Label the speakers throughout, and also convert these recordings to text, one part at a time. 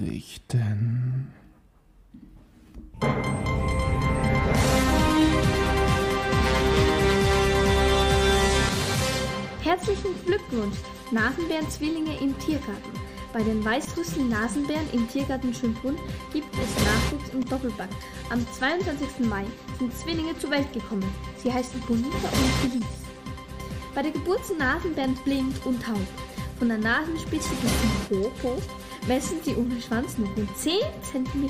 Speaker 1: richten.
Speaker 2: Herzlichen Glückwunsch, Nasenbären-Zwillinge im Tiergarten. Bei den Weißrüssel-Nasenbären im Tiergarten Schönbrunn gibt es Nachwuchs im Doppelpack. Am 22. Mai sind Zwillinge zur Welt gekommen. Sie heißen Bonita und Felice. Bei der Geburt sind Nasenbären blind und taub. Von der Nasenspitze bis zum Popo messen sie ohne Schwanz nur rund 10 cm.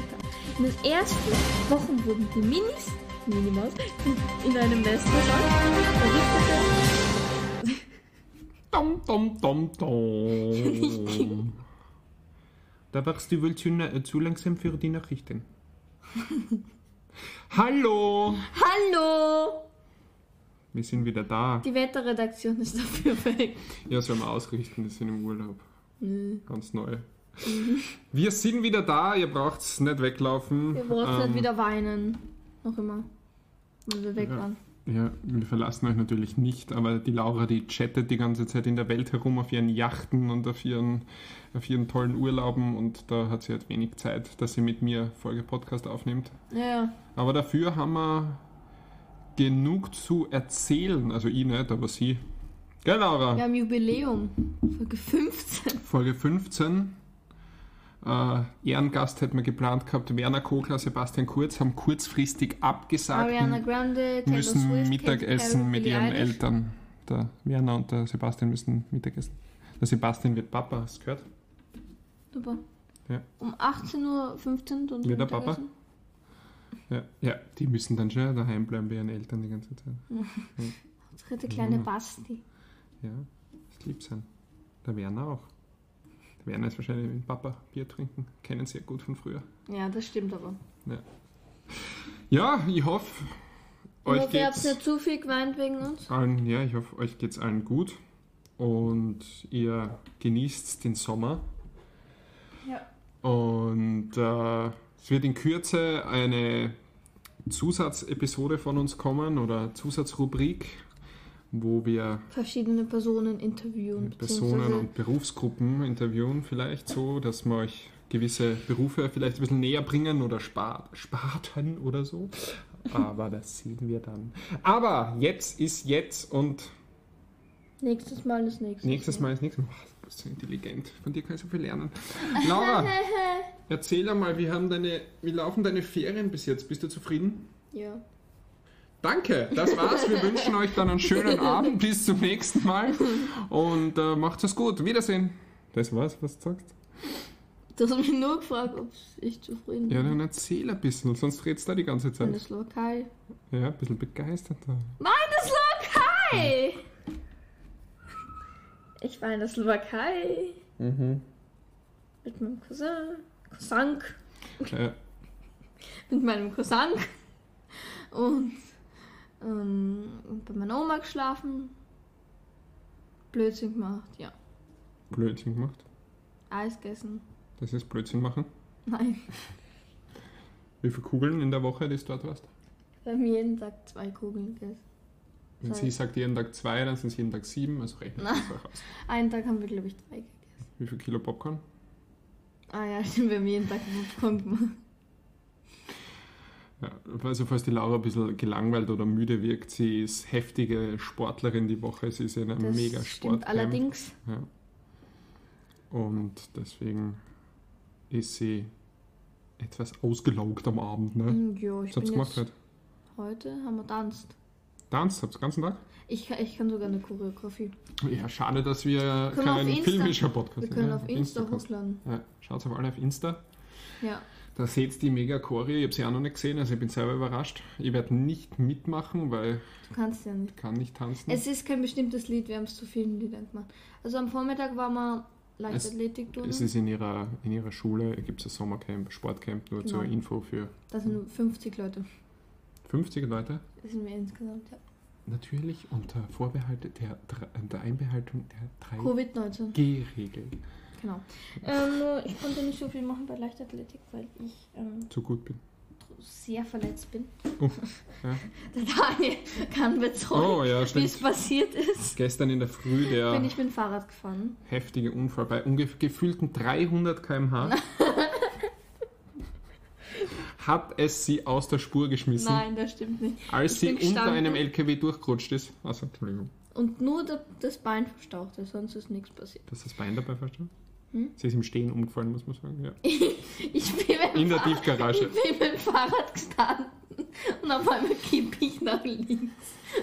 Speaker 2: In den ersten Wochen wurden die Minis, Minimaus, in einem Nest versorgt.
Speaker 1: Dom, dom, dom, dom. da warst du wohl zu, na- äh, zu langsam für die Nachrichten. Hallo!
Speaker 2: Hallo!
Speaker 1: Wir sind wieder da.
Speaker 2: Die Wetterredaktion ist dafür weg.
Speaker 1: Ja, sollen wir ausrichten, wir sind im Urlaub.
Speaker 2: Mhm.
Speaker 1: Ganz neu. Wir sind wieder da, ihr braucht's nicht weglaufen.
Speaker 2: Wir wollten nicht
Speaker 1: Ähm,
Speaker 2: halt wieder weinen. Noch immer. Weil wir weg
Speaker 1: Ja.
Speaker 2: waren.
Speaker 1: Ja, wir verlassen euch natürlich nicht, aber die Laura, die chattet die ganze Zeit in der Welt herum auf ihren Yachten und auf ihren, auf ihren tollen Urlauben und da hat sie halt wenig Zeit, dass sie mit mir Folge Podcast aufnimmt.
Speaker 2: Ja, ja.
Speaker 1: Aber dafür haben wir genug zu erzählen, also ich nicht, aber sie. Gell, Laura?
Speaker 2: Wir haben Jubiläum. Folge 15.
Speaker 1: Folge 15. Äh, Ehrengast hätten wir geplant gehabt, Werner Kogler, Sebastian Kurz, haben kurzfristig abgesagt.
Speaker 2: Ariana Grande, Taylor
Speaker 1: müssen
Speaker 2: Swift, Katy Perry,
Speaker 1: Mittagessen mit
Speaker 2: Billie
Speaker 1: ihren
Speaker 2: Eilish.
Speaker 1: Eltern. Der Werner und der Sebastian müssen Mittagessen. Der Sebastian wird Papa, hast du gehört?
Speaker 2: Super.
Speaker 1: Ja.
Speaker 2: Um 18.15 Uhr und
Speaker 1: Wieder Papa? Ja, ja, die müssen dann schon daheim bleiben bei ihren Eltern die ganze Zeit.
Speaker 2: Dritte kleine
Speaker 1: Mhm.
Speaker 2: Basti.
Speaker 1: Ja, das lieb sein. Der Werner auch. Der Werner ist wahrscheinlich mit Papa Bier trinken. Kennen sie ja gut von früher.
Speaker 2: Ja, das stimmt aber.
Speaker 1: Ja, ich hoffe,
Speaker 2: Ich
Speaker 1: euch
Speaker 2: hoffe, ihr habt
Speaker 1: geht's.
Speaker 2: nicht zu viel geweint wegen uns.
Speaker 1: allen, ja, ich hoffe, euch geht's allen gut und ihr genießt den Sommer.
Speaker 2: Ja.
Speaker 1: Und äh, es wird in Kürze eine Zusatzepisode von uns kommen oder Zusatzrubrik, wo wir
Speaker 2: Verschiedene Personen interviewen.
Speaker 1: Personen
Speaker 2: beziehungsweise-
Speaker 1: und Berufsgruppen interviewen, vielleicht so, dass wir euch gewisse Berufe vielleicht ein bisschen näher bringen oder spar sparten oder so. Aber das sehen wir dann. Aber jetzt ist jetzt und
Speaker 2: Nächstes Mal ist nächstes.
Speaker 1: Nächstes Mal ist nächstes Mal. Oh, du bist so intelligent. Von dir kann ich so viel lernen. Laura, erzähl einmal, wie, haben deine, wie laufen deine Ferien bis jetzt? Bist du zufrieden?
Speaker 2: Ja.
Speaker 1: Danke, das war's. Wir wünschen euch dann einen schönen Abend. Bis zum nächsten Mal. Und äh, macht es gut. Wiedersehen. Das war's, was du sagst.
Speaker 2: Du hast mich nur gefragt, ob ich zufrieden
Speaker 1: Ja, ne?
Speaker 2: bin.
Speaker 1: dann erzähl ein bisschen, sonst redst du da die ganze
Speaker 2: In der
Speaker 1: Zeit.
Speaker 2: Slowakei.
Speaker 1: Ja, ein bisschen begeistert.
Speaker 2: Nein, der Slowakei! Ich war in der Slowakei
Speaker 1: Mhm.
Speaker 2: mit meinem Cousin, Cousin,
Speaker 1: Ja,
Speaker 2: mit meinem Cousin und ähm, bei meiner Oma geschlafen. Blödsinn gemacht, ja.
Speaker 1: Blödsinn gemacht.
Speaker 2: Eis gegessen.
Speaker 1: Das ist Blödsinn machen.
Speaker 2: Nein,
Speaker 1: Wie viele Kugeln in der Woche, die du dort warst?
Speaker 2: wir haben jeden Tag zwei Kugeln gegessen.
Speaker 1: Wenn sie sagt jeden Tag zwei, dann sind es jeden Tag sieben, also rechnet
Speaker 2: Na.
Speaker 1: das auch aus.
Speaker 2: Einen Tag haben wir, glaube ich, drei gegessen.
Speaker 1: Wie viel Kilo Popcorn?
Speaker 2: Ah ja, stimmt, wir haben jeden Tag Popcorn gemacht.
Speaker 1: Ja, also falls die Laura ein bisschen gelangweilt oder müde wirkt, sie ist heftige Sportlerin die Woche, sie ist in einem
Speaker 2: Das
Speaker 1: mega
Speaker 2: stimmt
Speaker 1: Sport.
Speaker 2: allerdings.
Speaker 1: Ja. Und deswegen ist sie etwas ausgelaugt am Abend, ne?
Speaker 2: Ja, Mhm. ich
Speaker 1: Was habt ihr
Speaker 2: bin
Speaker 1: gemacht
Speaker 2: jetzt,
Speaker 1: heute?
Speaker 2: heute haben wir tanzt.
Speaker 1: Tanzt, habt ihr den ganzen Tag?
Speaker 2: Ich, kann- ich kann sogar eine Choreografie.
Speaker 1: Ja, schade, dass wir
Speaker 2: können auf
Speaker 1: kein
Speaker 2: Insta-
Speaker 1: filmischer Podcast
Speaker 2: Wir können
Speaker 1: ja,
Speaker 2: auf Insta
Speaker 1: Instacast.
Speaker 2: hochladen.
Speaker 1: Ja, schaut auf alle auf Insta.
Speaker 2: Ja.
Speaker 1: Da seht die mega Choreo, ich habe sie auch noch nicht gesehen, also ich bin selber überrascht. Ich werde nicht mitmachen, weil
Speaker 2: Du kannst ja nicht.
Speaker 1: ich kann nicht tanzen.
Speaker 2: Es ist kein bestimmtes Lied, wir haben es zu vielen Liedern gemacht. Also am Vormittag waren wir
Speaker 1: Es- Es
Speaker 2: Leichtathletik-Turnen.
Speaker 1: ist in ihrer, in ihrer Schule, gibt es ein Sommercamp, Sportcamp, nur zur
Speaker 2: Genau.
Speaker 1: Info für
Speaker 2: Da sind nur 50 Leute.
Speaker 1: 50 Leute.
Speaker 2: Das sind wir insgesamt, ja.
Speaker 1: Natürlich unter Vorbehalt der, drei- der Einbehaltung der
Speaker 2: Covid-19,
Speaker 1: 3G-Regel.
Speaker 2: genau. Ähm, nur ich konnte nicht so viel machen bei Leichtathletik, weil ich ähm,
Speaker 1: Zu gut bin.
Speaker 2: sehr verletzt bin.
Speaker 1: Oh, ja.
Speaker 2: Der Daniel kann bezeugen,
Speaker 1: Oh ja,
Speaker 2: wie es
Speaker 1: stimmt.
Speaker 2: passiert ist.
Speaker 1: Gestern in der Früh der
Speaker 2: Bin ich mit dem Fahrrad gefahren.
Speaker 1: heftige Unfall bei ungef- gefühlten 300 km/h. hat es sie aus der Spur geschmissen,
Speaker 2: Nein, das stimmt nicht.
Speaker 1: als
Speaker 2: ich
Speaker 1: sie
Speaker 2: bin
Speaker 1: unter
Speaker 2: gestanden
Speaker 1: einem LKW durchgerutscht ist. Achso, Entschuldigung,
Speaker 2: Und nur da- das Bein verstauchte, sonst ist nichts passiert.
Speaker 1: dass das Bein dabei verstanden?
Speaker 2: Hm?
Speaker 1: Sie ist im Stehen umgefallen, muss man sagen. Ja.
Speaker 2: Ich bin mit dem
Speaker 1: In der
Speaker 2: Fahrrad-
Speaker 1: Tiefgarage.
Speaker 2: Ich bin mit dem Fahrrad gestanden und auf einmal kippe ich nach links.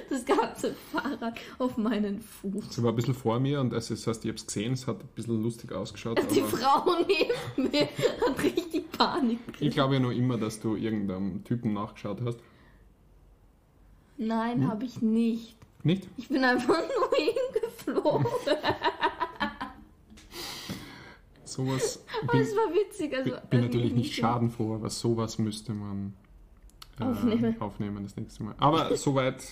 Speaker 2: Das ganze Fahrrad auf meinen Fuß.
Speaker 1: Sie war ein bisschen vor mir und also, das heißt, ich habe es gesehen, es hat ein bisschen lustig ausgeschaut.
Speaker 2: Die
Speaker 1: Aber
Speaker 2: Frau neben mir hat richtig Panik
Speaker 1: ich
Speaker 2: gekriegt.
Speaker 1: glaube ja noch immer, dass du irgendeinem Typen nachgeschaut hast.
Speaker 2: Nein, habe ich nicht.
Speaker 1: Hm? Nicht?
Speaker 2: Ich bin einfach nur hingeflogen.
Speaker 1: Sowas
Speaker 2: Aber
Speaker 1: bin,
Speaker 2: es war witzig. Also,
Speaker 1: bin, bin
Speaker 2: äh,
Speaker 1: natürlich nicht
Speaker 2: so.
Speaker 1: schadenfroh, aber sowas müsste man äh,
Speaker 2: Aufnehmen.
Speaker 1: aufnehmen das nächste Mal. Aber soweit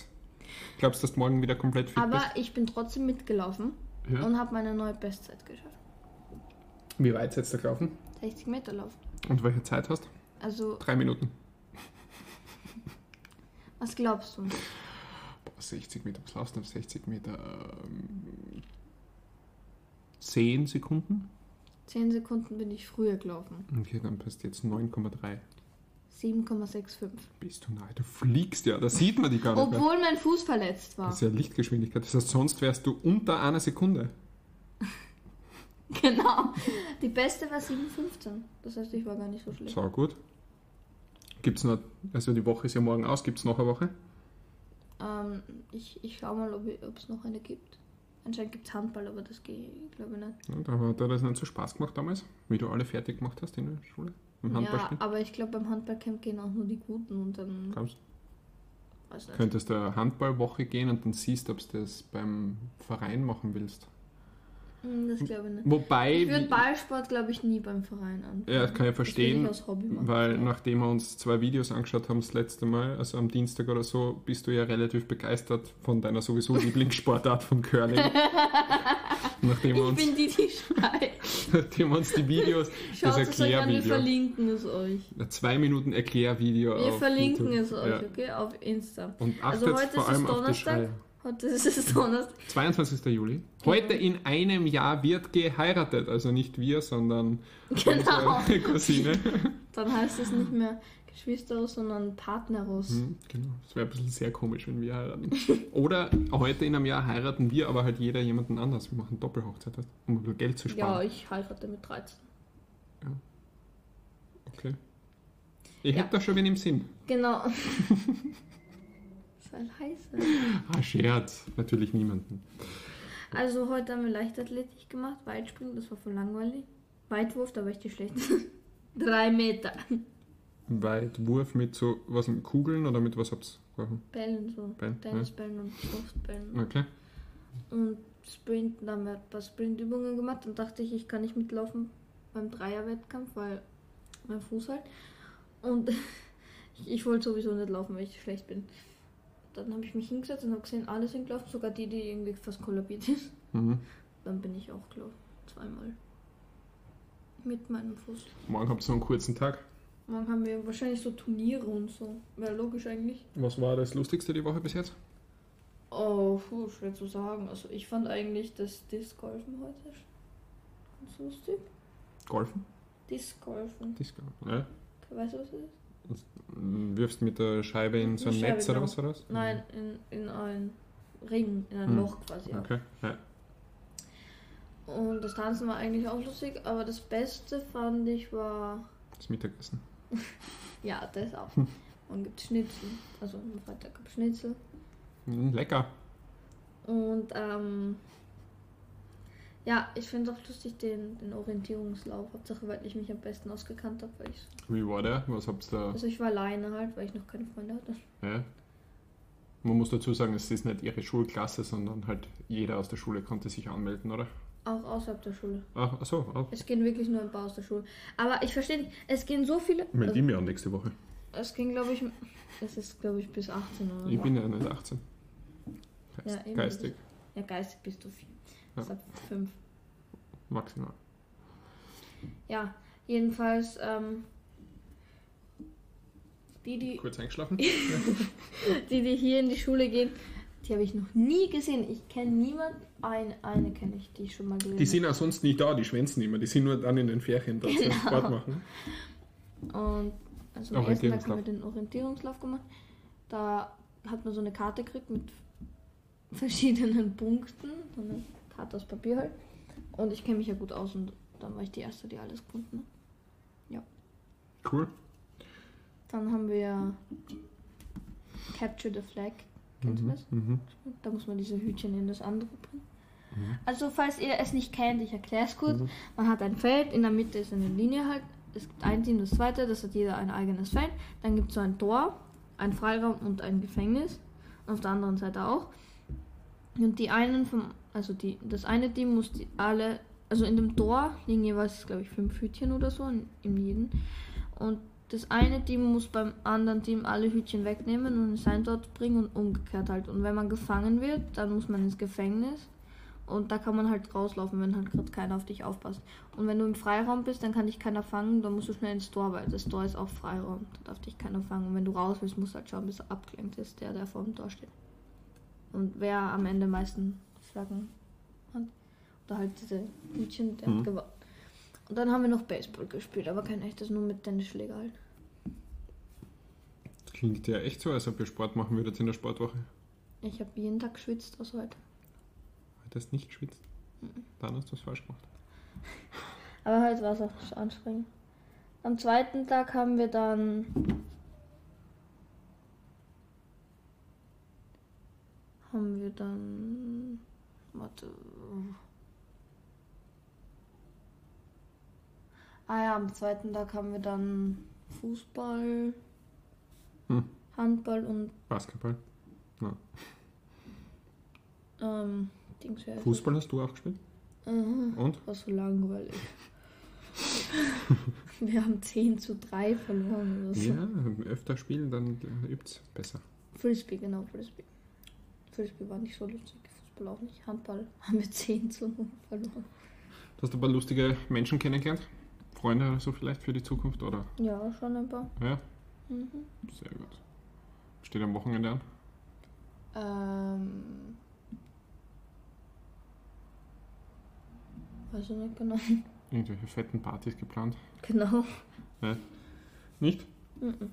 Speaker 1: glaubst du, dass du morgen wieder komplett fit
Speaker 2: Aber ich bin trotzdem mitgelaufen
Speaker 1: bist? Ja.
Speaker 2: und habe meine neue Bestzeit geschafft.
Speaker 1: Wie weit jetzt da gelaufen?
Speaker 2: 60 Meter Lauf.
Speaker 1: Und welche Zeit hast?
Speaker 2: Also,
Speaker 1: Drei Minuten.
Speaker 2: was glaubst du?
Speaker 1: Boah, 60 Meter, was laufst du auf 60 Meter? Ähm, 10 Sekunden?
Speaker 2: 10 Sekunden bin ich früher gelaufen.
Speaker 1: Okay, dann bist du jetzt 9,3.
Speaker 2: 7,65.
Speaker 1: Bist du nahe? Du fliegst ja, da sieht man die gar nicht mehr.
Speaker 2: Obwohl mein Fuß verletzt war.
Speaker 1: Das ne? ist ja Lichtgeschwindigkeit. Das heißt, sonst wärst du unter einer Sekunde.
Speaker 2: Genau. Die beste war 7,15. Das heißt, ich war gar nicht so schlecht.
Speaker 1: So gut. Gibt's noch, also die Woche ist ja morgen aus, gibt's noch eine Woche?
Speaker 2: Ähm, ich, ich schau mal, ob es noch eine gibt. Anscheinend gibt es Handball, aber das gehe ich glaube nicht.
Speaker 1: Ja, Da hat dir das nicht so Spaß gemacht damals, wie du alle fertig gemacht hast in der Schule? Im Handballspiel?
Speaker 2: Ja, aber ich glaube, beim Handballcamp gehen auch nur die Guten und dann.
Speaker 1: Glaubst,
Speaker 2: Weiß nicht.
Speaker 1: könntest du eine Handballwoche gehen und dann siehst, ob du das beim Verein machen willst.
Speaker 2: Hm, Das glaube ich nicht. Ich würde
Speaker 1: Wobei,
Speaker 2: Ballsport, glaube ich, nie beim Verein anfangen.
Speaker 1: Ja, das kann ich verstehen,
Speaker 2: Das würde ich als Hobby machen.
Speaker 1: weil nachdem wir uns zwei Videos angeschaut haben das letzte Mal, also am Dienstag oder so, bist du ja relativ begeistert von deiner sowieso Lieblingssportart vom Curling. nachdem, wir
Speaker 2: ich
Speaker 1: uns,
Speaker 2: bin die, die schreit.
Speaker 1: nachdem wir uns die Videos, das
Speaker 2: Schaut es euch an, wir
Speaker 1: Erklärvideo,
Speaker 2: verlinken es euch.
Speaker 1: ein zwei Minuten Erklärvideo
Speaker 2: Wir
Speaker 1: auf
Speaker 2: verlinken
Speaker 1: YouTube.
Speaker 2: es euch,
Speaker 1: Ja.
Speaker 2: okay? Auf Insta.
Speaker 1: Und
Speaker 2: Also
Speaker 1: achtet
Speaker 2: heute
Speaker 1: vor
Speaker 2: ist es
Speaker 1: allem auf die
Speaker 2: Donnerstag.
Speaker 1: Schreie.
Speaker 2: Heute ist es Donnerstag.
Speaker 1: 22. Juli. Heute
Speaker 2: Genau.
Speaker 1: in einem Jahr wird geheiratet. Also nicht wir, sondern
Speaker 2: Genau.
Speaker 1: unsere Cousine.
Speaker 2: Dann heißt es nicht mehr Geschwisterus, sondern Partnerus.
Speaker 1: Hm, Genau. Das wäre ein bisschen sehr komisch, wenn wir heiraten. Oder heute in einem Jahr heiraten wir, aber halt jeder jemanden anders. Wir machen Doppelhochzeit, weißt du, um ein bisschen Geld zu
Speaker 2: Ja,
Speaker 1: sparen.
Speaker 2: ich heirate mit 13.
Speaker 1: okay. Ich
Speaker 2: Ja.
Speaker 1: hab da schon wen im Sinn.
Speaker 2: Genau. Sei leise.
Speaker 1: Ah, Scherz. Natürlich niemanden.
Speaker 2: Also heute haben wir Leichtathletik gemacht, Weitspringen, das war voll langweilig. Weitwurf, da war ich die schlechteste. Drei Meter.
Speaker 1: Weitwurf mit so was mit Kugeln oder mit was habt's? geworfen?
Speaker 2: Bällen so.
Speaker 1: Bällen, ja.
Speaker 2: Tennisbällen und Luftbällen.
Speaker 1: Okay.
Speaker 2: Und Sprinten, da haben wir ein paar Sprintübungen gemacht. Dann dachte ich, ich kann nicht mitlaufen beim Dreierwettkampf, weil mein Fuß halt. Und ich, ich wollte sowieso nicht laufen, weil ich schlecht bin. Dann habe ich mich hingesetzt und habe gesehen, alle sind gelaufen, sogar die, die irgendwie fast kollabiert ist.
Speaker 1: Mhm.
Speaker 2: Dann bin ich auch gelaufen. Zweimal. Mit meinem Fuß.
Speaker 1: Morgen habt ihr so einen kurzen Tag.
Speaker 2: Morgen haben wir wahrscheinlich so Turniere und so. Wäre logisch eigentlich.
Speaker 1: Was war das Lustigste die Woche bis jetzt?
Speaker 2: Oh, puh, schwer zu sagen. Also ich fand eigentlich das Discgolfen heute sch- ganz lustig.
Speaker 1: Golfen?
Speaker 2: Discgolfen.
Speaker 1: Disco. Ja.
Speaker 2: Weißt du, was das ist?
Speaker 1: Wirfst mit der Scheibe in so ein
Speaker 2: Eine Scheibe,
Speaker 1: Netz
Speaker 2: genau.
Speaker 1: oder was war das?
Speaker 2: Nein, in, in einen Ring, in ein
Speaker 1: Hm.
Speaker 2: Loch quasi. ja.
Speaker 1: Okay. Ja.
Speaker 2: Und das Tanzen war eigentlich auch lustig, aber das Beste fand ich war.
Speaker 1: Das Mittagessen.
Speaker 2: Ja, das auch. Und gibt Schnitzel. Also am Freitag gab Schnitzel.
Speaker 1: Mm, Lecker.
Speaker 2: Und ähm, ja, ich finde auch lustig den, den Orientierungslauf. Hauptsache, weil ich mich am besten ausgekannt habe. Weil ich,
Speaker 1: Wie war der? Was habt ihr
Speaker 2: also ich war alleine halt, weil ich noch keine Freunde hatte.
Speaker 1: da? Ja. Man muss dazu sagen, es ist nicht ihre Schulklasse, sondern halt jeder aus der Schule konnte sich anmelden, oder? Ah,
Speaker 2: Auch außerhalb der Schule.
Speaker 1: Ach, ach so. Auch.
Speaker 2: Es gehen wirklich nur ein paar aus der Schule. Aber ich verstehe nicht, es gehen so viele.
Speaker 1: Meld
Speaker 2: Also,
Speaker 1: die mir an nächste Woche.
Speaker 2: es ging, glaube ich, es ist, glaube ich, bis 18 oder
Speaker 1: Ich bin ja nicht 18.
Speaker 2: Ja, eben.
Speaker 1: Geistig.
Speaker 2: Ja, geistig bist du vier.
Speaker 1: Ja.
Speaker 2: Ist ab fünf.
Speaker 1: Maximal.
Speaker 2: Ja, jedenfalls, ähm, die, die
Speaker 1: Kurz eingeschlafen?
Speaker 2: die, die hier in die Schule gehen, die habe ich noch nie gesehen. Ich kenne niemanden. Eine, eine kenne ich, die ich schon mal gesehen
Speaker 1: Die sind auch sonst
Speaker 2: Genau.
Speaker 1: nicht da, die schwänzen immer. Die sind nur dann in den Ferien da zum Sport machen.
Speaker 2: habe. Und Also im ersten Tag haben
Speaker 1: Orientierungslauf.
Speaker 2: wir den Orientierungslauf gemacht. Da hat man so eine Karte gekriegt mit verschiedenen Punkten. So eine Karte aus Papier halt. Und ich kenne mich ja gut aus und dann war ich die Erste, die alles gefunden hat.
Speaker 1: Cool.
Speaker 2: Dann haben wir Capture the Flag. Kennst du
Speaker 1: Mhm.
Speaker 2: das?
Speaker 1: Mhm.
Speaker 2: Da muss man diese Hütchen in das andere bringen. Also, falls ihr es nicht kennt, ich erkläre es kurz. Man hat ein Feld, in der Mitte ist eine Linie halt. Es gibt ein Team, das zweite, das hat jeder ein eigenes Feld. Dann gibt es so ein Tor, ein Freiraum und ein Gefängnis. Und auf der anderen Seite auch. Und die einen vom, also die, das eine Team muss die alle, also in dem Tor liegen jeweils, glaube ich, fünf Hütchen oder so in, in jedem. Und das eine Team muss beim anderen Team alle Hütchen wegnehmen und in sein Tor bringen und umgekehrt halt. Und wenn man gefangen wird, dann muss man ins Gefängnis. Und da kann man halt rauslaufen, wenn halt gerade keiner auf dich aufpasst. Und wenn du im Freiraum bist, dann kann dich keiner fangen, dann musst du schnell ins Tor, weil das Tor ist auch Freiraum. Da darf dich keiner fangen. Und wenn du raus willst, musst du halt schauen, bis er abgelenkt ist, der, der vor dem Tor steht. Und wer am Ende am meisten Flaggen hat, oder halt diese Hütchen, der
Speaker 1: Mhm.
Speaker 2: hat gewonnen. Und dann haben wir noch Baseball gespielt, aber kein echtes, nur mit Tennisschläger halt.
Speaker 1: Klingt ja echt so, als ob ihr Sport machen würdet in der Sportwoche.
Speaker 2: Ich habe jeden Tag geschwitzt aus heute.
Speaker 1: Hat das nicht geschwitzt?
Speaker 2: Mhm.
Speaker 1: Dann hast du es falsch gemacht.
Speaker 2: Aber heute war es auch nicht anstrengend. Am zweiten Tag haben wir dann. Haben wir dann. Warte. Ah ja, am zweiten Tag haben wir dann Fußball,
Speaker 1: Hm.
Speaker 2: Handball und
Speaker 1: Basketball.
Speaker 2: ähm, Dings. wie heißt das?
Speaker 1: Fußball hast du auch gespielt?
Speaker 2: Mhm.
Speaker 1: Und?
Speaker 2: war so langweilig. Wir haben 10 zu 3 verloren oder so.
Speaker 1: Ja, öfter spielen, dann übt's besser.
Speaker 2: Frisbee, genau, Frisbee. Frisbee war nicht so lustig, Fußball auch nicht. Handball haben wir 10 zu 0 verloren.
Speaker 1: Du hast ein paar lustige Menschen kennengelernt. Freunde oder so vielleicht für die Zukunft, oder?
Speaker 2: Ja, schon ein paar.
Speaker 1: Ja,
Speaker 2: Mhm.
Speaker 1: sehr gut. Steht am Wochenende an.
Speaker 2: Ähm. Weiß ich nicht genau.
Speaker 1: Irgendwelche fetten Partys geplant.
Speaker 2: Genau.
Speaker 1: Nicht?
Speaker 2: Mhm.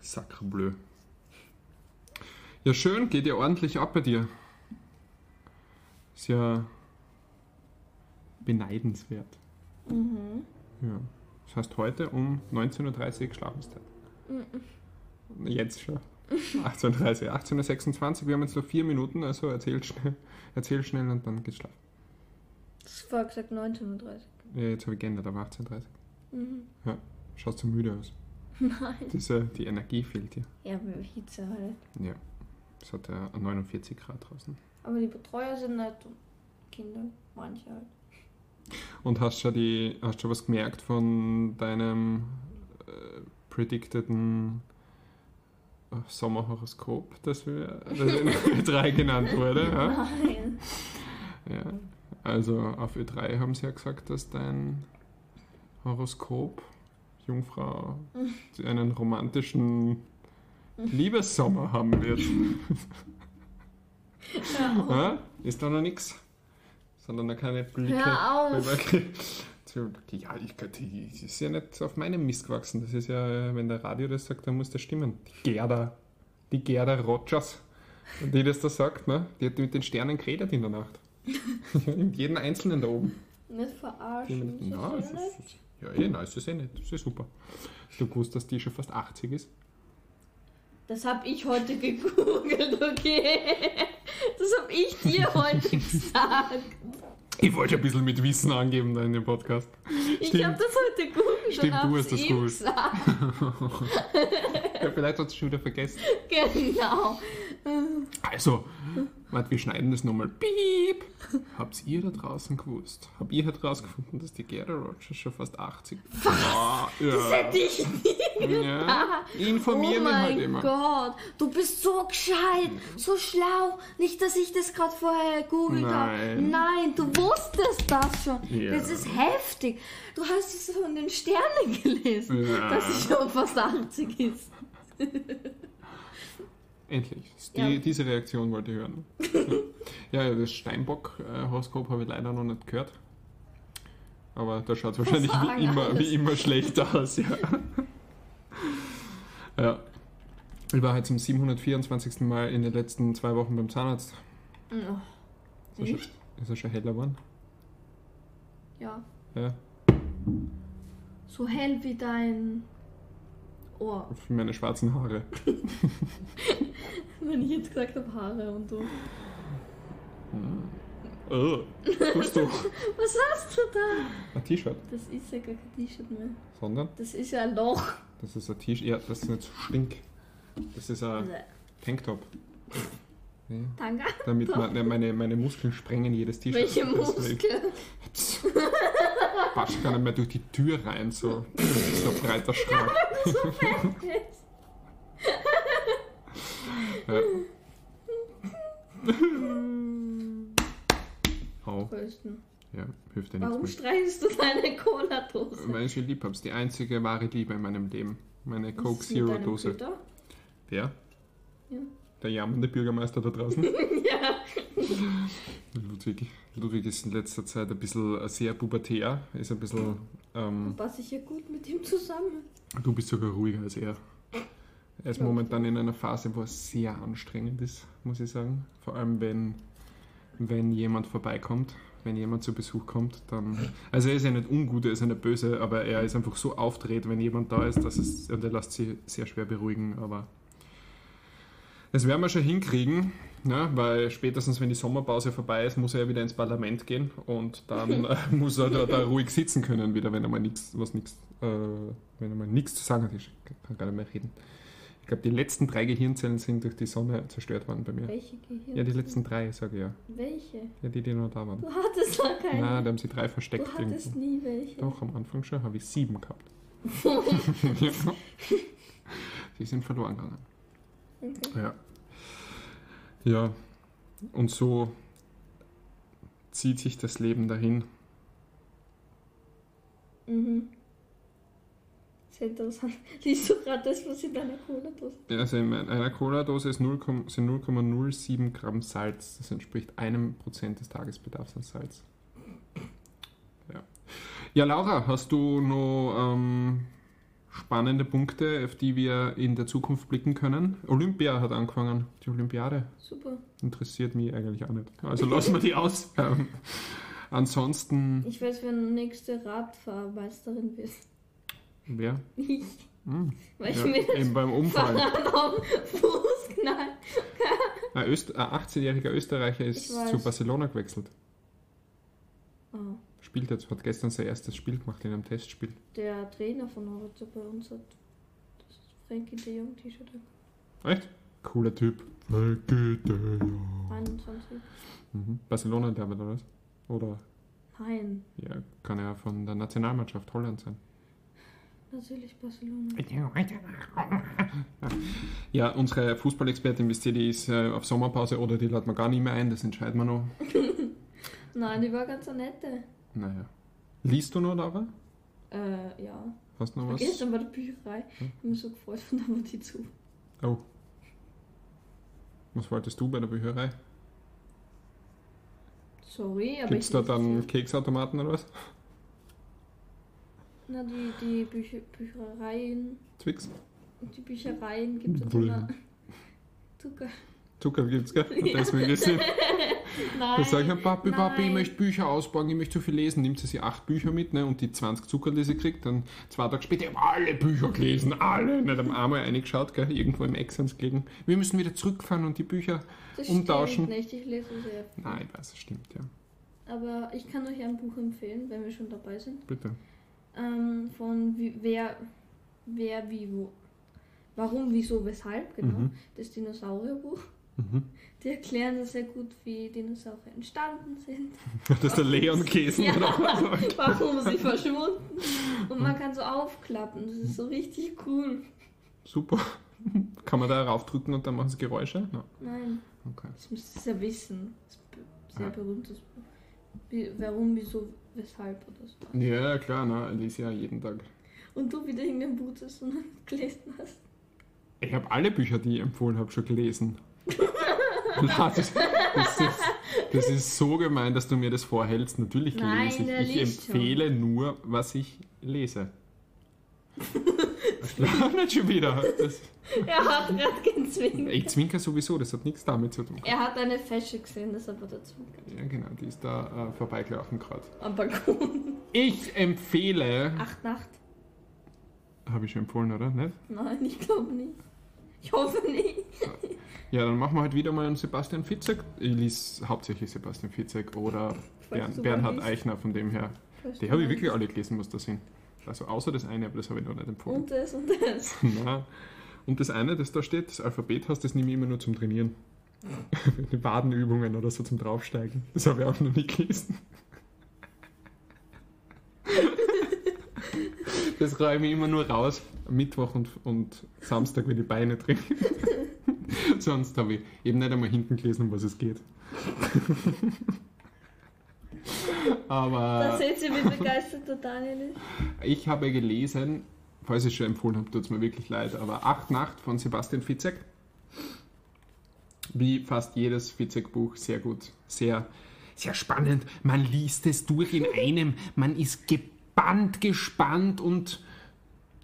Speaker 1: Sacrebleu. Ja, schön, geht ja ordentlich ab bei dir. Ist ja beneidenswert.
Speaker 2: Mhm.
Speaker 1: Ja. Das heißt, heute um 19.30 Uhr Schlafenszeit.
Speaker 2: Mhm.
Speaker 1: Jetzt schon. 18.30 Uhr, 18.26 Uhr. Wir haben jetzt noch vier Minuten, also erzähl schnell, erzähl schnell und dann geht's schlafen.
Speaker 2: Das war gesagt 19.30 Uhr.
Speaker 1: Ja, jetzt habe ich geändert, aber 18.30 Uhr.
Speaker 2: Mhm.
Speaker 1: Schaust du müde aus.
Speaker 2: Nein.
Speaker 1: Diese, die Energie fehlt dir.
Speaker 2: Ja, mit Hitze halt.
Speaker 1: Ja. Es hat ja 49 Grad draußen.
Speaker 2: Aber die Betreuer sind nett und Kinder, manche halt.
Speaker 1: Und hast schon die, hast schon was gemerkt von deinem äh, predicteden äh, Sommerhoroskop, das wir das in Ö3 genannt wurde? Ja?
Speaker 2: Nein.
Speaker 1: Ja. Also auf Ö3 haben sie ja gesagt, dass dein Horoskop Jungfrau einen romantischen Liebessommer haben wird.
Speaker 2: Hör auf.
Speaker 1: Ja? Ist da noch nichts? Sondern da keine Blicke.
Speaker 2: Hör auf.
Speaker 1: Überge- zu- Ja, ich, könnte- ich- ist ja nicht auf meinem Mist gewachsen. Das ist ja, äh, wenn der Radio das sagt, dann muss das stimmen. Die Gerda, die Gerda Rogers, die das da sagt, ne? die hat mit den Sternen geredet in der Nacht. in jedem einzelnen da oben.
Speaker 2: Nicht
Speaker 1: Die haben
Speaker 2: verarschen.
Speaker 1: mir-
Speaker 2: Das
Speaker 1: Na, es
Speaker 2: ist ja
Speaker 1: ist,
Speaker 2: nett.
Speaker 1: ja, eh, nein, es ist eh nicht. Das ist eh super. Du gewusst, dass die schon fast 80 ist?
Speaker 2: Das hab ich heute gegoogelt, okay? Das hab ich dir heute gesagt.
Speaker 1: Ich wollte ein bisschen mit Wissen angeben da in dem Podcast.
Speaker 2: Ich
Speaker 1: Stimmt.
Speaker 2: hab das heute gegoogelt
Speaker 1: Stimmt,
Speaker 2: und
Speaker 1: du hast
Speaker 2: hab's
Speaker 1: das
Speaker 2: ihm
Speaker 1: gegoogelt.
Speaker 2: gesagt.
Speaker 1: Ja, vielleicht hat sie schon wieder vergessen.
Speaker 2: Genau.
Speaker 1: Also, warte, wir schneiden das nochmal. Piep! Habt ihr da draußen gewusst? Hab ich herausgefunden, dass die Gerda Rogers schon fast 80 ist? Ah,
Speaker 2: Das
Speaker 1: ja.
Speaker 2: hätte ich nie.
Speaker 1: ja.
Speaker 2: Oh
Speaker 1: Informieren wir halt
Speaker 2: mein
Speaker 1: immer.
Speaker 2: Gott, du bist so gescheit, so schlau. Nicht, dass ich das gerade vorher gegoogelt habe.
Speaker 1: Nein.
Speaker 2: Nein, du wusstest das schon.
Speaker 1: Ja.
Speaker 2: Das ist heftig. Du hast es von den Sternen gelesen,
Speaker 1: Ja.
Speaker 2: dass sie schon fast 80 ist.
Speaker 1: Endlich. Die,
Speaker 2: Ja.
Speaker 1: Diese Reaktion wollte ich hören. ja, ja, das Steinbock-Horoskop habe ich leider noch nicht gehört. Aber da schaut es wahrscheinlich
Speaker 2: Versagen
Speaker 1: wie immer,
Speaker 2: alles.
Speaker 1: wie immer schlecht aus. Ja. Ja. Ich war halt zum 724. Mal in den letzten zwei Wochen beim Zahnarzt.
Speaker 2: Mhm.
Speaker 1: Ist das schon,
Speaker 2: Echt?
Speaker 1: ist das schon heller geworden?
Speaker 2: Ja.
Speaker 1: Ja.
Speaker 2: So hell wie dein Ohr.
Speaker 1: Für meine schwarzen Haare.
Speaker 2: Wenn ich jetzt gesagt habe Haare und so. Hm.
Speaker 1: Oh. Guckst du?
Speaker 2: Was hast du da?
Speaker 1: Ein T-Shirt.
Speaker 2: Das ist ja gar kein T-Shirt mehr.
Speaker 1: Sondern?
Speaker 2: Das ist ja ein Loch.
Speaker 1: Das ist ein T-Shirt. Ja, das ist nicht Stink. Das ist ein
Speaker 2: Bleh.
Speaker 1: Tanktop. Ja.
Speaker 2: Tanga?
Speaker 1: Damit man, ne, meine, meine Muskeln sprengen jedes T-Shirt.
Speaker 2: Welche
Speaker 1: Deswegen-
Speaker 2: Muskeln?
Speaker 1: Psst. Pasch gar nicht mehr durch die Tür rein, so, so ein breiter Schrank. Ja. Au,
Speaker 2: Größten.
Speaker 1: ja, hilft ja
Speaker 2: Warum
Speaker 1: nichts
Speaker 2: streichelst du deine
Speaker 1: mehr.
Speaker 2: Cola-Dose?
Speaker 1: Weil ich sie lieb hab's, die einzige wahre Liebe in meinem Leben. Meine Coke
Speaker 2: Was ist mit
Speaker 1: Zero
Speaker 2: deinem
Speaker 1: Dose.
Speaker 2: Köter?
Speaker 1: Wer?
Speaker 2: Ja.
Speaker 1: Der jammernde Bürgermeister da draußen.
Speaker 2: Ja.
Speaker 1: Ludwig. Ludwig ist in letzter Zeit ein bisschen sehr pubertär, ist ein bisschen ähm,
Speaker 2: Passe ich ja gut mit ihm zusammen.
Speaker 1: Du bist sogar ruhiger als er. Er ist
Speaker 2: Ja.
Speaker 1: momentan in einer Phase, wo es sehr anstrengend ist, muss ich sagen. Vor allem, wenn, wenn jemand vorbeikommt, wenn jemand zu Besuch kommt, dann. Also, er ist ja nicht ungut, er ist ja nicht böse, aber er ist einfach so aufdreht, wenn jemand da ist, dass es. Und er lässt sich sehr schwer beruhigen, aber. Das werden wir schon hinkriegen, ne? weil spätestens, wenn die Sommerpause vorbei ist, muss er ja wieder ins Parlament gehen und dann äh, muss er da, da ruhig sitzen können wieder, wenn er mal nichts, was nichts, äh, wenn er mal nichts zu sagen hat. Ich kann gar nicht mehr reden. Ich glaube, die letzten drei Gehirnzellen sind durch die Sonne zerstört worden bei mir.
Speaker 2: Welche Gehirn?
Speaker 1: Ja, die letzten drei, sage ich ja.
Speaker 2: Welche?
Speaker 1: Ja, die, die noch da waren.
Speaker 2: Du hattest doch keine.
Speaker 1: Na, da haben sie drei
Speaker 2: du
Speaker 1: versteckt
Speaker 2: hattest
Speaker 1: irgendwo.
Speaker 2: nie welche.
Speaker 1: Doch, am Anfang schon habe ich sieben gehabt. ja. Die sind verloren gegangen.
Speaker 2: Okay.
Speaker 1: Ja. Ja. Und so zieht sich das Leben dahin.
Speaker 2: Mhm. Sehr interessant. Siehst du gerade das, was in deiner Cola-Dose
Speaker 1: Also in einer Cola-Dose ist 0, sind 0,07 Gramm Salz. Das entspricht einem Prozent des Tagesbedarfs an Salz. Ja. Ja, Laura, hast du noch ähm, spannende Punkte, auf die wir in der Zukunft blicken können? Olympia hat angefangen. Die Olympiade.
Speaker 2: Super.
Speaker 1: Interessiert mich eigentlich auch nicht. Also lassen wir die aus. Ähm, ansonsten,
Speaker 2: Ich weiß, wer nächste Radfahrmeisterin wird.
Speaker 1: wer?
Speaker 2: Ich.
Speaker 1: Hm.
Speaker 2: Weil ich
Speaker 1: Ja,
Speaker 2: mir das
Speaker 1: eben beim Unfall.
Speaker 2: Fahrrad auf den Fuß knall.
Speaker 1: Ein, Öst ein 18-jähriger Österreicher ist
Speaker 2: Ich weiß.
Speaker 1: zu Barcelona gewechselt.
Speaker 2: Oh.
Speaker 1: Spielt jetzt, hat gestern sein erstes Spiel gemacht in einem Testspiel.
Speaker 2: Der Trainer von heute bei uns hat das Frankie de Jong T-Shirt an.
Speaker 1: Echt? Cooler Typ. Oh.
Speaker 2: 21.
Speaker 1: Mhm. Barcelona damit, oder was? Oder,
Speaker 2: Nein,
Speaker 1: ja, kann ja von der Nationalmannschaft Holland sein.
Speaker 2: natürlich Barcelona.
Speaker 1: Ja, unsere Fußballexpertin, wisst ihr, die ist äh, auf Sommerpause oder die laden wir gar nicht mehr ein, das entscheiden wir noch.
Speaker 2: Nein, die war ganz eine nette.
Speaker 1: Naja. Liest du noch, Laura?
Speaker 2: Äh, ja.
Speaker 1: Hast du noch
Speaker 2: War
Speaker 1: was?
Speaker 2: gestern bei der Bücherei.
Speaker 1: Hm?
Speaker 2: Ich hab mich so gefreut von der Mutti zu.
Speaker 1: Oh. Was wolltest du bei der Bücherei?
Speaker 2: Sorry, aber
Speaker 1: Gibt es
Speaker 2: ich.
Speaker 1: da
Speaker 2: lese
Speaker 1: dann
Speaker 2: sie.
Speaker 1: Keksautomaten oder was?
Speaker 2: Na, die, die Bücher, Büchereien.
Speaker 1: Twix?
Speaker 2: Die Büchereien gibt es
Speaker 1: Bull.
Speaker 2: immer. Zucker.
Speaker 1: Zucker gibt's, gell? Und deswegen ist sie.
Speaker 2: Nein.
Speaker 1: Dann sagen ich, Papi, Papi, ich
Speaker 2: nein.
Speaker 1: möchte Bücher ausbauen, ich möchte so viel lesen. Nimmt sie sich acht Bücher mit ne, und die 20 Zucker, die sie kriegt, dann zwei Tage später, ich habe alle Bücher gelesen, alle. ne, Nicht am einmal reingeschaut, gell? Irgendwo im Exens gelegen. Wir müssen wieder zurückfahren und die Bücher.
Speaker 2: das
Speaker 1: umtauschen.
Speaker 2: Stimmt nicht, ich lese sehr. viel.
Speaker 1: Nein, ich weiß, es stimmt, ja.
Speaker 2: Aber ich kann euch ein Buch empfehlen, wenn wir schon dabei sind.
Speaker 1: Bitte.
Speaker 2: Ähm, von wie, wer, wer, wie, wo. Warum, wieso, weshalb, genau.
Speaker 1: Mhm.
Speaker 2: Das Dinosaurierbuch.
Speaker 1: Mhm.
Speaker 2: Die erklären das sehr gut, wie Dinosaurier entstanden sind,
Speaker 1: Das ist der Leon Käsen
Speaker 2: Ja.
Speaker 1: oder was?
Speaker 2: warum sie verschwunden sind. Und man kann so aufklappen. Das ist so richtig cool.
Speaker 1: Super. Kann man da raufdrücken und dann machen sie Geräusche? Ja.
Speaker 2: Nein,
Speaker 1: Okay.
Speaker 2: das müsst ihr ja wissen. Das ist be- sehr
Speaker 1: Ja.
Speaker 2: berühmtes Buch. Wie, warum, wieso, weshalb oder so.
Speaker 1: Ja, klar, na, ich lese ja jeden Tag.
Speaker 2: Und du wieder in dem Buch das und dann gelesen hast.
Speaker 1: Ich habe alle Bücher, die ich empfohlen habe, schon gelesen. Na, das, das, ist, das ist so gemein, dass du mir das vorhältst. Natürlich
Speaker 2: Nein,
Speaker 1: lese
Speaker 2: der
Speaker 1: ich. Ich
Speaker 2: liest schon.
Speaker 1: empfehle nur, was ich lese. Nicht schon wieder. Das,
Speaker 2: Er hat gerade gezwungen.
Speaker 1: ich zwinker sowieso, das hat nichts damit zu tun.
Speaker 2: Er hat eine Fäsche gesehen, das hat er dazu
Speaker 1: Ja, genau, die ist da äh, vorbeigelaufen gerade.
Speaker 2: Am Balkon.
Speaker 1: Ich empfehle.
Speaker 2: Acht Nacht.
Speaker 1: Habe ich schon empfohlen, oder? Nicht?
Speaker 2: Nein, ich glaube nicht. Ich hoffe nicht.
Speaker 1: Ja, dann machen wir halt wieder mal einen Sebastian Fitzek. Ich liess hauptsächlich Sebastian Fitzek oder Bern,
Speaker 2: du
Speaker 1: Bernhard
Speaker 2: liest.
Speaker 1: Eichner von dem her. Die habe ich wirklich alle gelesen, muss das sind. Also außer das eine, aber das habe ich noch nicht empfohlen.
Speaker 2: Und das und das.
Speaker 1: Na, und das eine, das da steht, das Alphabet hast, das nehme ich immer nur zum Trainieren. Wadenübungen oder so zum Draufsteigen. Das habe ich auch noch nicht gelesen. Das räume ich immer nur raus am Mittwoch und, und Samstag, wenn die Beine drin Sonst habe ich eben nicht einmal hinten gelesen, um was es geht.
Speaker 2: Da
Speaker 1: Aber
Speaker 2: seht ihr, wie begeistert der Daniel ist.
Speaker 1: ich habe gelesen, falls ich es schon empfohlen habe, tut es mir wirklich leid, aber Acht Nacht von Sebastian Fitzek. Wie fast jedes Fitzek-Buch, sehr gut, sehr, sehr spannend. Man liest es durch in einem, man ist gebannt, gespannt und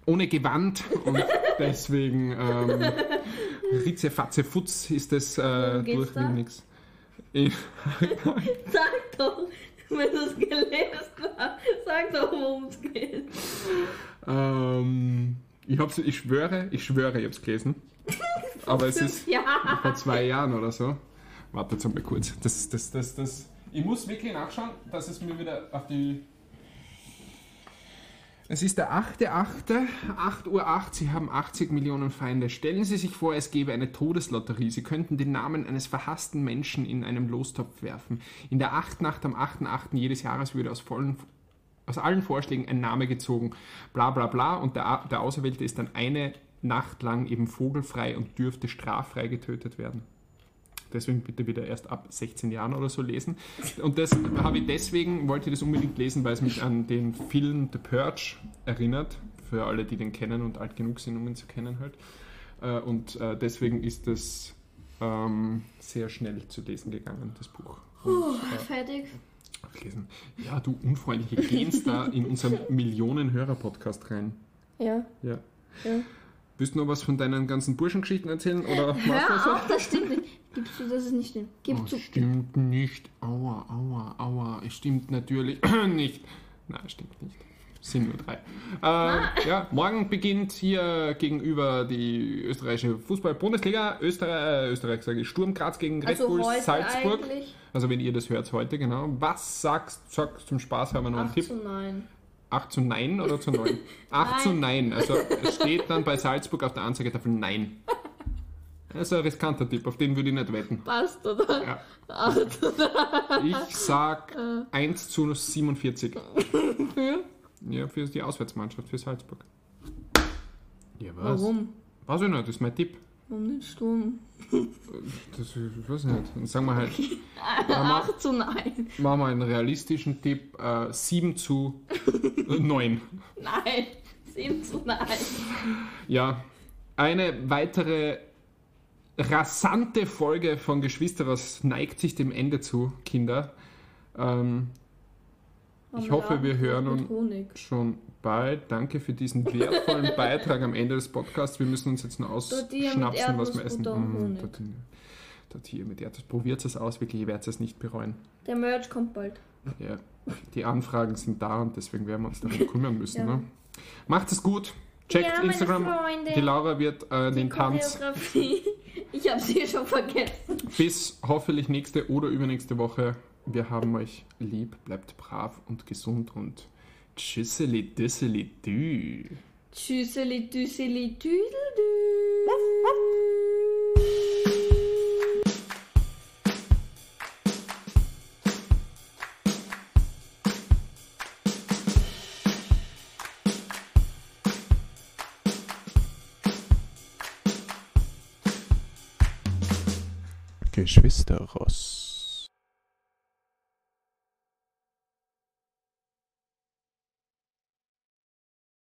Speaker 1: ohne Gewand. Und deswegen ähm, Ritze, Fatze, Futz ist es äh,
Speaker 2: Worum geht's
Speaker 1: durch
Speaker 2: da?
Speaker 1: wie nix. Ich-
Speaker 2: Sag doch, wenn du es gelesen hast, sag doch, worum es geht.
Speaker 1: Ähm, ich, hab's, ich schwöre, ich schwöre, ich hab's gelesen. Aber es ist
Speaker 2: Ja.
Speaker 1: vor zwei Jahren oder so. Wartet mal kurz. Das, das, das, das. Ich muss wirklich nachschauen, dass es mir wieder auf die. Es ist der 8.8., 8.08 Uhr. Sie haben 80 Millionen Feinde. Stellen Sie sich vor, es gäbe eine Todeslotterie. Sie könnten den Namen eines verhassten Menschen in einem Lostopf werfen. In der Achtnacht am 8.8. jedes Jahres würde aus vollen aus allen Vorschlägen ein Name gezogen, bla bla bla. Und der, A- der Auserwählte ist dann eine Nacht lang eben vogelfrei und dürfte straffrei getötet werden. Deswegen bitte wieder erst ab 16 Jahren oder so lesen. Und das habe ich deswegen, wollte ich das unbedingt lesen, weil es mich an den Film The Purge erinnert. Für alle, die den kennen und alt genug sind, um ihn zu kennen halt. Äh, Und äh, deswegen ist das ähm, sehr schnell zu lesen gegangen, das Buch. Und, äh,
Speaker 2: Fertig.
Speaker 1: Ablesen. Ja, du unfreundliche gehst da in unseren Millionen-Hörer-Podcast rein.
Speaker 2: Ja.
Speaker 1: Ja.
Speaker 2: Ja.
Speaker 1: Willst du noch was von deinen ganzen Burschengeschichten erzählen? Oder machst du das?
Speaker 2: Hör auf, das stimmt nicht. Gibst du, dass es nicht stimmt? Gib
Speaker 1: Oh,
Speaker 2: zu.
Speaker 1: stimmt nicht. Aua, aua, aua. Es stimmt natürlich nicht. Nein, es stimmt nicht. Es sind nur drei.
Speaker 2: Ah.
Speaker 1: Äh, ja, morgen beginnt hier gegenüber die österreichische Fußball-Bundesliga. Österreich, äh, Österreich sage ich, Sturm Graz gegen Red
Speaker 2: Also
Speaker 1: Bull
Speaker 2: heute
Speaker 1: Salzburg.
Speaker 2: eigentlich
Speaker 1: Also wenn ihr das hört heute, genau. Was sagst, sagst zum Spaß, haben wir noch einen
Speaker 2: 8
Speaker 1: Tipp.
Speaker 2: zu 9.
Speaker 1: 8 zu 9 oder zu 9? 8 zu 9. Also es steht dann bei Salzburg auf der Anzeigetafel Nein. Das ist ein riskanter Tipp, auf den würde ich nicht wetten.
Speaker 2: Passt, oder?
Speaker 1: Ja.
Speaker 2: Acht.
Speaker 1: Ich sag 1 zu 47. Ja, für die Auswärtsmannschaft, für Salzburg. Ja, was?
Speaker 2: Warum?
Speaker 1: Weiß ich nicht, das ist mein Tipp.
Speaker 2: Warum nicht Um Sturm?
Speaker 1: Das, ich weiß nicht. Dann sagen wir halt, machen
Speaker 2: 8 zu 9.
Speaker 1: wir, machen wir einen realistischen Tipp: äh, 7 zu 9.
Speaker 2: Nein. 7 zu 9.
Speaker 1: Ja, eine weitere rasante Folge von Geschwisterers neigt sich dem Ende zu, Kinder. Ähm, Ich hoffe, wir hören
Speaker 2: und
Speaker 1: uns-
Speaker 2: Honig.
Speaker 1: schon bald. Danke für diesen wertvollen Beitrag am Ende des Podcasts. Wir müssen uns jetzt noch
Speaker 2: Tortilla mit
Speaker 1: ausschnapsen, was wir essen. Mm,
Speaker 2: Erdnussbutter und Honig.
Speaker 1: Tortilla. Tortilla mit Erdnuss. Probiert es aus, wirklich, ihr werdet es nicht bereuen.
Speaker 2: Der Merch kommt bald.
Speaker 1: Ja. Die Anfragen sind da und deswegen werden wir uns darum kümmern müssen.
Speaker 2: Ja.
Speaker 1: Ne? Macht es gut. Checkt
Speaker 2: Ja, meine
Speaker 1: Instagram.
Speaker 2: Freunde.
Speaker 1: Die Laura wird äh, den Tanz
Speaker 2: Choreografie. Ich habe sie schon vergessen.
Speaker 1: Bis hoffentlich nächste oder übernächste Woche. Wir haben euch lieb, bleibt brav und gesund und tschüsseli düsseli dü.
Speaker 2: Tschüsseli, düsseli, düdeldü.
Speaker 3: Geschwister Ross.